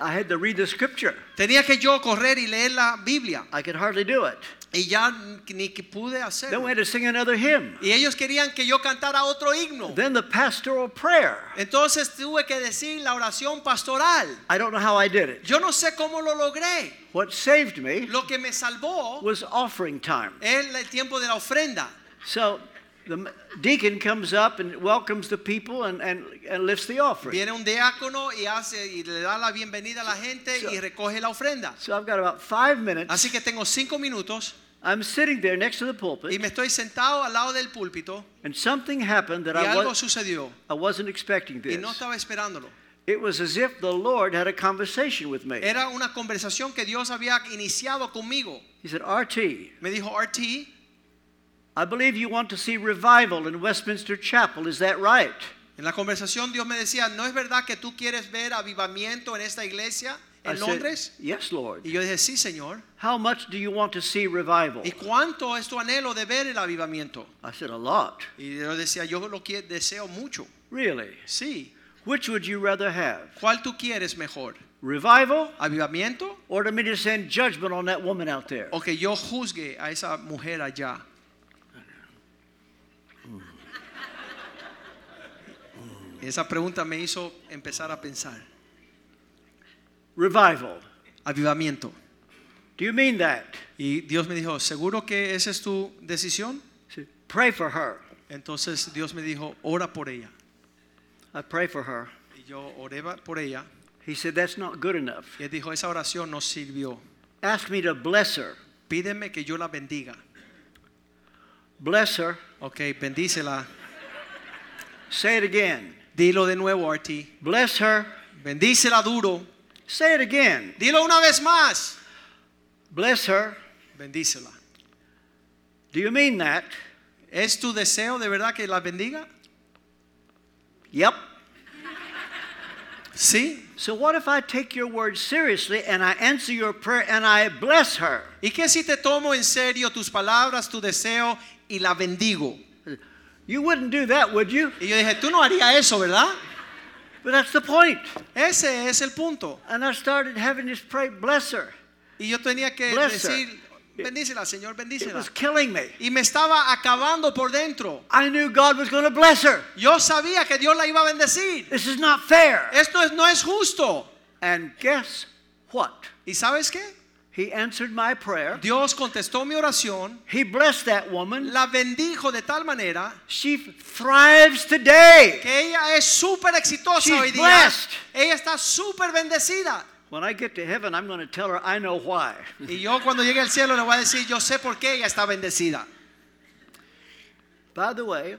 I had to read the scripture. Tenía que yo correr y leer la Biblia I could hardly do it. y ya ni que pude Then we hacerlo. had to sing another hymn. Y ellos querían que yo cantara otro himno. Then the pastoral prayer. Entonces tuve que decir la oración pastoral. I don't know how I did it. Yo no sé cómo lo logré. What saved me Lo que me salvó was offering time. es el tiempo de la ofrenda. So the deacon comes up and welcomes the people and, and, and lifts the offering. Viene un diácono y hace y le da la bienvenida a la gente y recoge la ofrenda. So I've got about five minutes. Así que tengo cinco minutos I'm sitting there next to the y pulpit, me estoy sentado al lado del púlpito and something happened that y I, algo was, sucedió. I wasn't expecting y no this. estaba esperándolo. It was as if the Lord had a conversation with me. Era una conversación que Dios había iniciado conmigo. He said, RT, Me dijo, RT, I believe you want to see revival in Westminster Chapel. Is that right? en la conversación Dios me decía, ¿no es verdad que tú quieres ver avivamiento en esta iglesia I en Londres? Said, yes, Lord. Y yo dije, sí, Señor. How much do you want to see revival? ¿Y cuánto es tu anhelo de ver el avivamiento? I said, a lot. Y yo decía, yo lo que deseo mucho. Really? Sí. Which would you rather have? ¿Cuál tú quieres mejor? Revival ¿Avivamiento or to me to send judgment on that woman out there? o que yo juzgue a esa mujer allá? Esa pregunta me hizo empezar a pensar. Revival. avivamiento. Do you mean that? Y Dios me dijo, ¿seguro que esa es tu decisión? I said, pray for her. Entonces Dios me dijo, ora por ella. I pray for her. Y yo oré va- por ella. He said, that's not good enough. Y él dijo, esa oración no sirvió. Ask me to bless her. Pídeme que yo la bendiga. Bless her. Ok, bendícela. Say it again. Dilo de nuevo, Artie. Bless her. Bendícela duro. Say it again. Dilo una vez más. Bless her. Bendícela. Do you mean that? ¿Es tu deseo de verdad que la bendiga? Yep. Sí. So what if I take your word seriously and I answer your prayer and I bless her? ¿Y qué si te tomo en serio tus palabras, tu deseo y la bendigo? You wouldn't do that, would you? Y yo dije, tú no harías eso, ¿verdad? But that's the point. Ese es el punto. And I started having this pray, bless her. Y yo tenía que Bless her. decir, bendícela, Señor, It bendícela. was killing me. Y me estaba acabando por dentro. I knew God was going to bless her. Yo sabía que Dios la iba a bendecir. This is not fair. Esto es- no es justo. And guess what? ¿Y sabes qué? He answered my prayer. Dios contestó mi oración, He blessed that woman. la bendijo de tal manera She thrives today. que ella es súper exitosa She's hoy día. blessed. Ella está súper bendecida. When I get to heaven, I'm going to tell her I know why. Y yo cuando llegue al cielo le voy a decir, yo sé por qué ella está bendecida. By the way,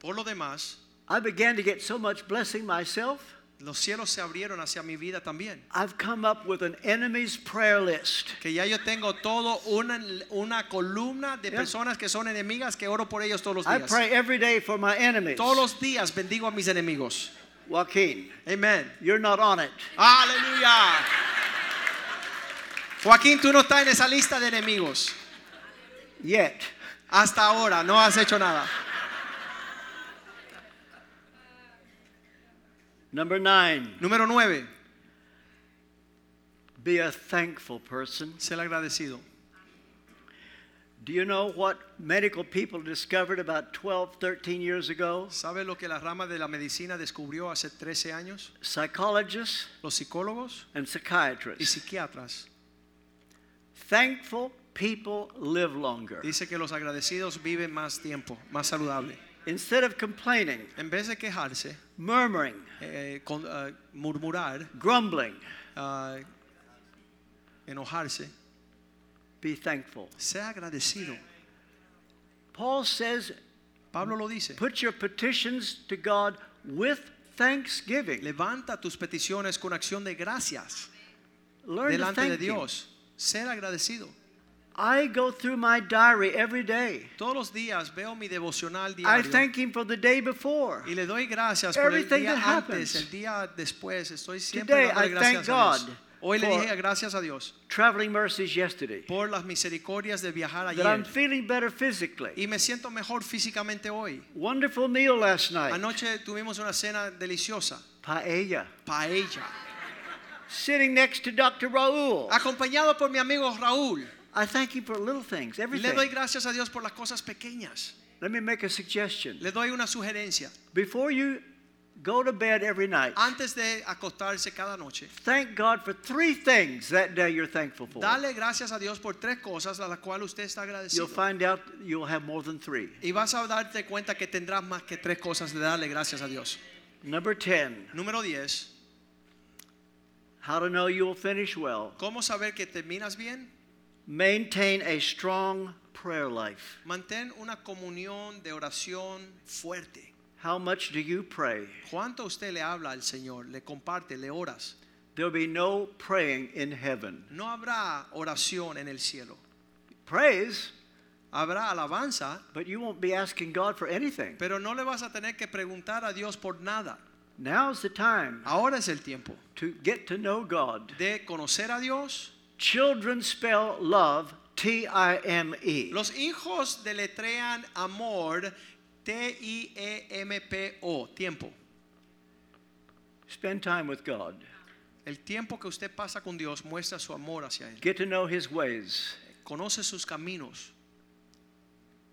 Por lo demás, I began to get so much blessing myself. los cielos se abrieron hacia mi vida también. I've come up with an enemy's prayer list. que ya yo tengo todo una, una columna de Yeah. personas que son enemigas que oro por ellos todos los I días. pray every day for my enemies. Todos los días bendigo a mis enemigos. Joaquin, Amén. you're not on it. Aleluya. Joaquín, tú no estás en esa lista de enemigos. Yet. Hasta ahora no has hecho nada. Number nine, Número 9. be a thankful person. Ser agradecido. Do you know what medical people discovered about 12, 13 years ago? ¿Sabe lo que la rama de la medicina descubrió hace 13 años? Psychologists Los psicólogos and y psychiatrists. psiquiatras. Thankful people live longer. Dice que los agradecidos viven más tiempo, más saludable. Instead of complaining, En vez de quejarse, murmuring, eh, con- ah, murmurar, grumbling, ah, enojarse, be thankful. sea agradecido. Paul says, Pablo lo dice. put your petitions to God with thanksgiving. Levanta tus peticiones con acción de gracias Learn to delante de thank Him. Dios. Ser agradecido. I go through my diary every day. Todos los días veo mi devocional I diario thank Him for the day before. y le doy gracias por el Everything día that antes, happens. el día después. Estoy siempre Today, dándole I gracias thank a Dios. God Hoy le for- dije gracias a Dios Traveling mercies yesterday. por las misericordias de viajar That I'm ayer feeling better physically. y me siento mejor físicamente hoy. Wonderful meal last night. Anoche tuvimos una cena deliciosa, Paella. paella, Sitting next to Dr. Raoul. acompañado por mi amigo Raúl. I thank Him for little things, Le doy everything. gracias a Dios por las cosas pequeñas. Let me make a suggestion. Le doy una sugerencia. Before you go to bed every night, Antes de acostarse cada noche, thank God for three things that day you're thankful for. dale gracias a Dios por tres cosas a las cuales usted está agradecido. You'll find out you'll have more than three. Y vas a darte cuenta que tendrás más que tres cosas de darle gracias a Dios. Number 10, Número 10. how to know you will finish well. ¿Cómo saber que terminas bien? Maintain a strong prayer life. Mantén una comunión de oración fuerte. How much do you pray? ¿Cuánto usted le habla al Señor? ¿Le comparte? ¿Le oras? There'll be no praying in heaven. No habrá oración en el cielo. Praise, Habrá alabanza, but you won't be asking God for anything. pero no le vas a tener que preguntar a Dios por nada. Now's the time Ahora es el tiempo to get to know God. de conocer a Dios. Children spell love T I M E. Los hijos deletrean amor E T-I-E-M-P-O, tiempo. Spend time with God. El tiempo que usted pasa con Dios muestra su amor hacia Él. Get to know His ways. Conoce sus caminos.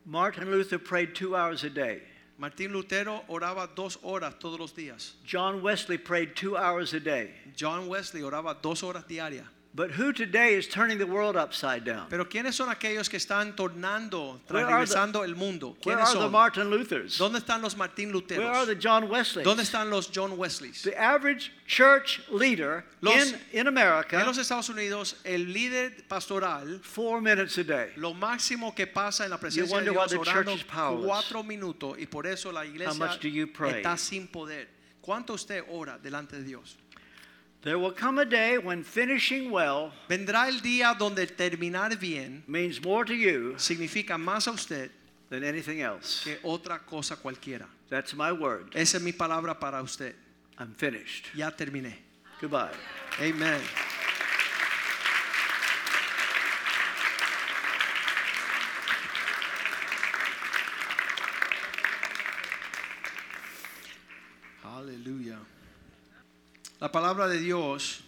Martin Luther prayed two hours a day. Martín Lutero oraba dos horas todos los días. John Wesley prayed two hours a day. John Wesley oraba dos horas diarias. But who today is turning the world upside down? Pero ¿quiénes son aquellos que están tornando, Where are transversando el mundo? Where ¿Quiénes are the son? Martin Luthers? ¿Dónde están los Martín Where are the Luteros? John Wesleys? ¿Dónde están los John Wesleys? The average church leader Los- in, in En America, los Estados Unidos, el líder pastoral four minutes a day. Lo máximo que pasa en la presencia de wonder why Dios the orando church is powerless. cuatro minutos y por eso la iglesia much do you pray? está sin poder. ¿Cuánto usted ora delante de Dios? There will come a day when finishing well Vendrá el día donde terminar bien means more to you significa más a usted than anything else. que otra cosa cualquiera. That's my word. Esa es mi palabra para usted. I'm finished. Ya terminé. Goodbye. Amén. Aleluya. La palabra de Dios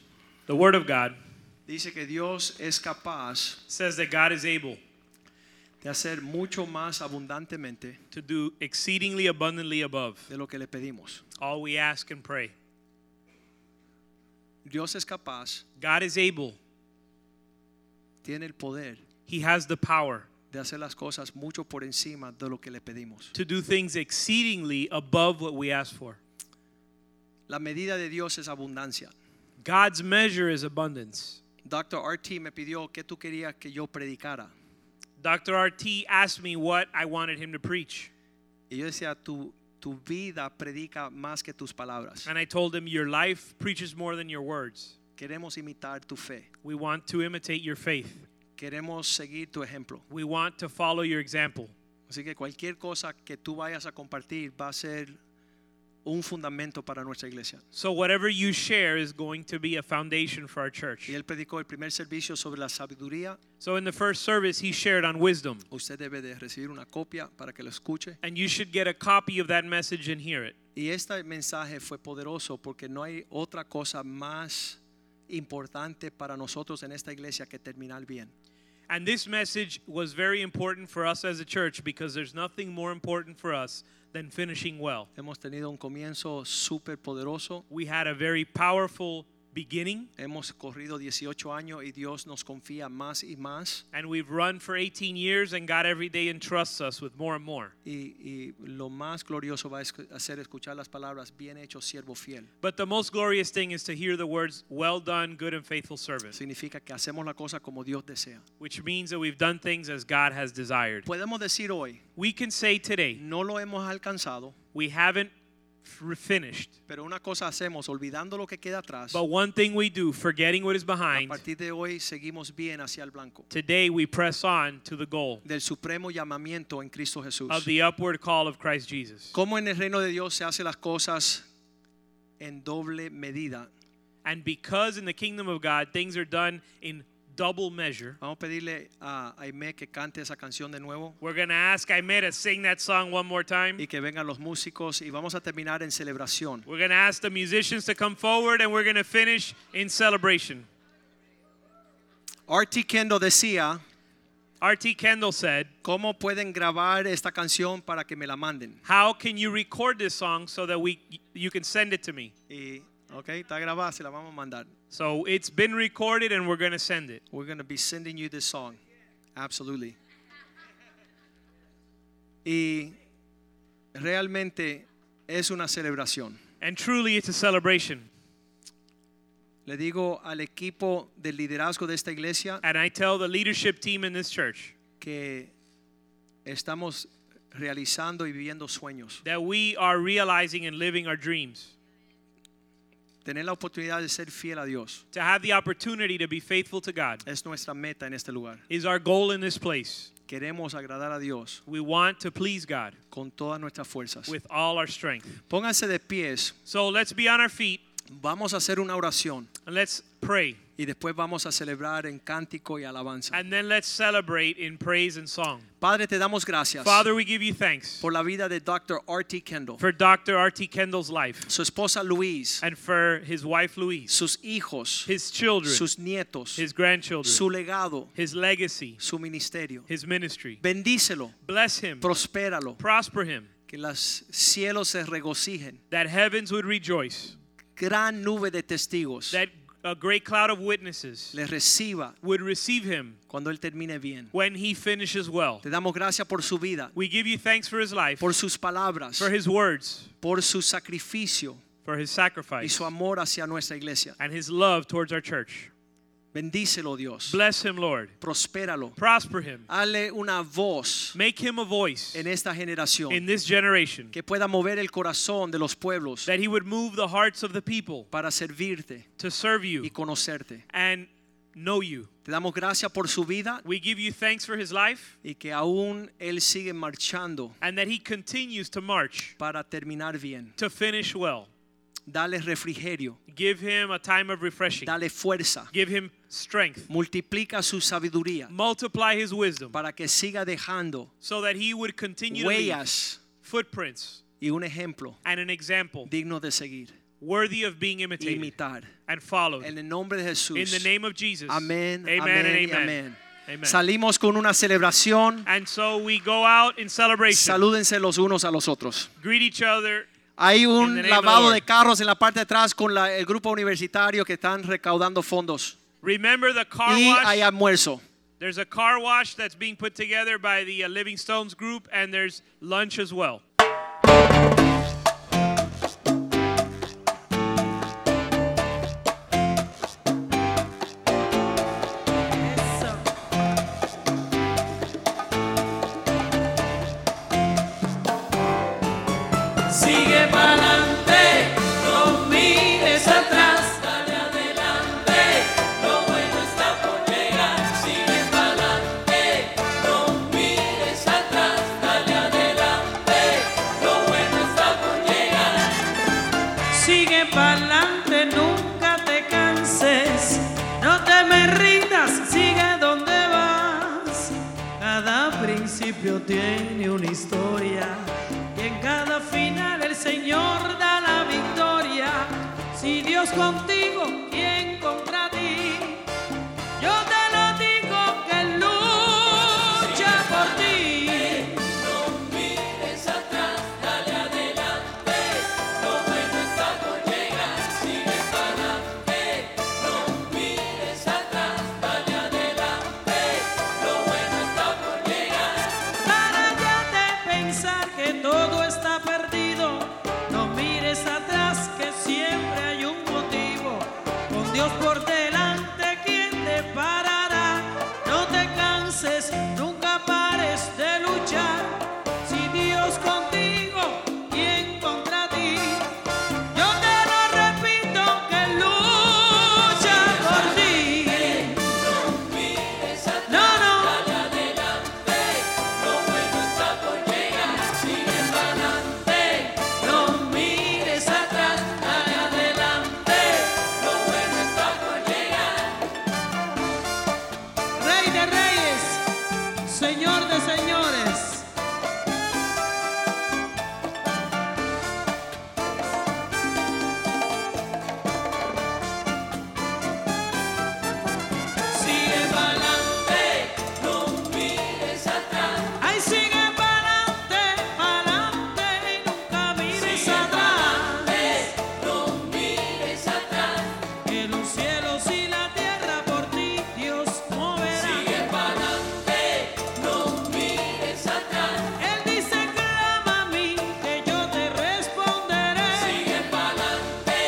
The Word of God dice que Dios es capaz says that God is able de hacer mucho más abundantemente to do exceedingly abundantly above de lo que le pedimos. all we ask and pray. Dios es capaz, God is able, tiene el poder He has the power de hacer las cosas mucho por encima de lo que le pedimos. to do things exceedingly above what we ask for. La medida de Dios es abundancia. God's measure is abundance. Dr. RT me pidió que tú querías que yo predicara. Dr. RT asked me what I wanted him to preach, Y yo decía, tu, tu vida predica más que tus palabras. and I told him, Your life preaches more than your words. Queremos imitar tu fe. We want to imitate your faith, Queremos seguir tu ejemplo. we want to follow your example. Así que cualquier cosa que tú vayas a compartir va a ser un fundamento para nuestra iglesia. So, whatever you share is going to be a foundation for our church. Y él predicó el primer servicio sobre la sabiduría. So, in the first service, he shared on wisdom. Usted debe de recibir una copia para que lo escuche. and you should get a copy of that message and hear it. Y este mensaje fue poderoso porque no hay otra cosa más importante para nosotros en esta iglesia que terminar bien. And this message was very important for us as a church because there's nothing more important for us than finishing well. Hemos tenido un comienzo súper poderoso. We had a very powerful beginning, Hemos corrido 18 años y Dios nos confía más y más. and we've run for 18 years, and God every day entrusts us with more and more. Y, y lo más glorioso va a esc- a ser escuchar las palabras, bien hecho, siervo fiel. But the most glorious thing is to hear the words, Well done, good and faithful servant, Significa que hacemos la cosa como Dios desea. which means that we've done things as God has desired. Podemos decir hoy, We can say today, no lo hemos alcanzado, we haven't f- finished. pero una cosa hacemos, olvidando lo que queda atrás. But one thing we do, forgetting what is A behind, partir de hoy seguimos bien hacia el blanco today we press on to the goal del supremo llamamiento en Cristo Jesús. of the upward call of Christ Jesus. Como en el reino de Dios se hacen las cosas en doble medida. And because in the kingdom of God things are done in double measure, Vamos a pedirle a Aime que cante esa canción de nuevo we're going to ask Aimee to sing that song one more time. y que vengan los músicos y vamos a terminar en celebración. We're going to ask the musicians to come forward and we're going to finish in celebration. R.T. Kendall decía, R.T. Kendall said, ¿cómo pueden grabar esta canción para que me la manden? How can you record this song so that we you can send it to me? Y, ok, está grabada, se la vamos a mandar. So it's been recorded and we're going to send it. We're going to be sending you this song. Absolutely. Y realmente es una celebración. And truly it's a celebration. Le digo al equipo del liderazgo de esta iglesia And I tell the leadership team in this church que estamos realizando y viviendo sueños. that we are realizing and living our dreams. Tener la oportunidad de ser fiel a Dios To have the opportunity to be faithful to God es nuestra meta en este lugar. is our goal in this place. Queremos agradar a Dios We want to please God con todas nuestras fuerzas. with all our strength. Pónganse de pies, So let's be on our feet vamos a hacer una oración and let's pray. y después vamos a celebrar en cántico y alabanza. And then let's celebrate in praise and song. Padre, te damos gracias Father, we give you thanks por la vida de Dr. R.T. Kendall, for Dr. R.T. Kendall's life su esposa Louise, and for his wife Louise, sus hijos, his children, sus nietos, his grandchildren, su legado, his legacy, su ministerio. his ministry. Bendícelo, Bless him, prospéralo, prosper him, que los cielos se regocijen. that heavens would rejoice, Gran nube de testigos that a great cloud of witnesses le reciba would receive him cuando él termine bien. when he finishes well. Te damos gracias por su vida, We give you thanks for his life, por sus palabras, for his words, por su sacrificio for his y sacrifice, su amor hacia nuestra iglesia. and his love towards our church. Bendícelo, Dios. Bless him, Lord. Prospéralo. Prosper him. Hale una voz Make him a voice en esta generación in this generation que pueda mover el corazón de los pueblos that he would move the hearts of the people para servirte to serve y you conocerte. and know you. Te damos gracias por su vida We give you thanks for his life y que aún él sigue marchando and that he continues to march para terminar bien. to finish well. Dale refrigerio, Give him a time of refreshing. dale fuerza, Give him strength. multiplica su sabiduría Multiply his wisdom para que siga dejando so that he would continue to leave huellas footprints y un ejemplo and an example digno de seguir, e worthy of being imitated imitar. and followed. En el nombre de In Jesús. the name of Jesus. Amén, Amen amén, and y amen. amén. Amen. Salimos con una celebración. And so we go out in celebration. Salúdense los unos a los otros. Greet each other. Hay In the un name of the lavado Lord. de carros en la parte de atrás con la- el grupo universitario que están recaudando fondos. Remember the car y wash. hay almuerzo. There's a car wash that's being put together by the uh, Living Stones group, and there's lunch as well. Sigue pa'lante, no mires atrás, dale adelante, lo bueno está por llegar. Sigue pa'lante, no mires atrás, dale adelante, lo bueno está por llegar. Sigue pa'lante, nunca te canses, no te me rindas, sigue donde vas. Cada principio tiene una historia y en cada final el Señor da la victoria. Si Dios contigo, ¿quién contra ti? Yo te lo digo que el Dios por delante, ¿quién te parará? No te canses, nunca pares de luchar. Si Dios contigo, ¿quién contra ti? Yo te lo repito que lucha por ti. No, no. No mires atrás, dale adelante, lo bueno está por llegar. Rey de reyes, Señor de señores. Sigue pa'lante, no mires atrás. Ay, sigue pa'lante, pa'lante y nunca mires atrás. No mires atrás. Que los cielos y la tierra por ti Dios moverá. Sigue pa'lante, no mires atrás. Él dice, clama a mí, que yo te responderé. Sigue pa'lante,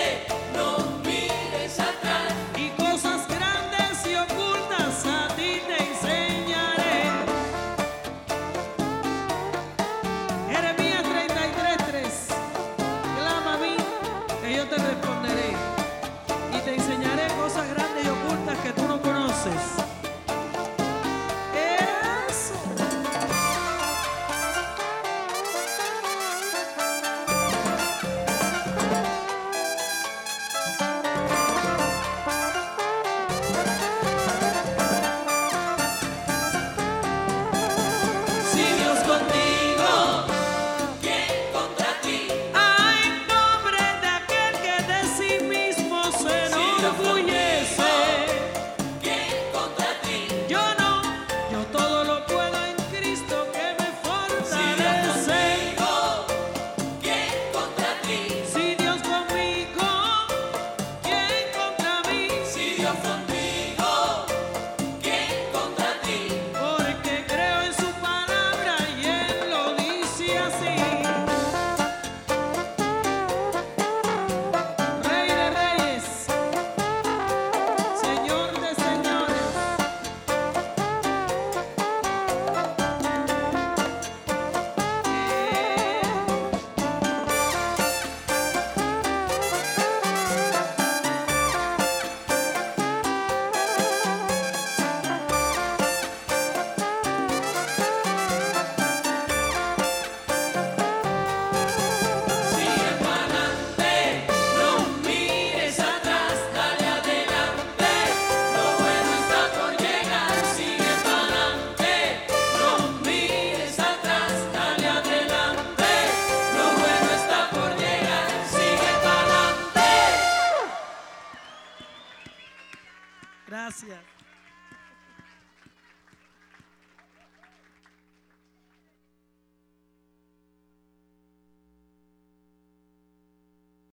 no mires atrás. Y cosas grandes y ocultas a ti te enseñaré. Jeremías 33:3. Clama a mí, que yo te responderé. Y te enseñaré cosas grandes y ocultas que tú no conoces. Eso. Si Dios contigo, ¿quién contra ti? Ay, pobre de aquel que de sí mismo se enorgullece. ¿Quién contra ti? Yo no, yo todo lo puedo en Cristo que me fortalece. ¿Quién contra ti? Si Dios conmigo, ¿quién contra mí? Si Dios contigo, ¿quién contra ti? Porque creo en su palabra y él lo dice así. Rey de reyes, Señor de señores. Sigue pa'lante, no mires atrás, dale adelante, lo bueno está por llegar. Sigue pa'lante, no mires atrás, dale adelante, lo bueno está por llegar. Sigue pa'lante. Gracias.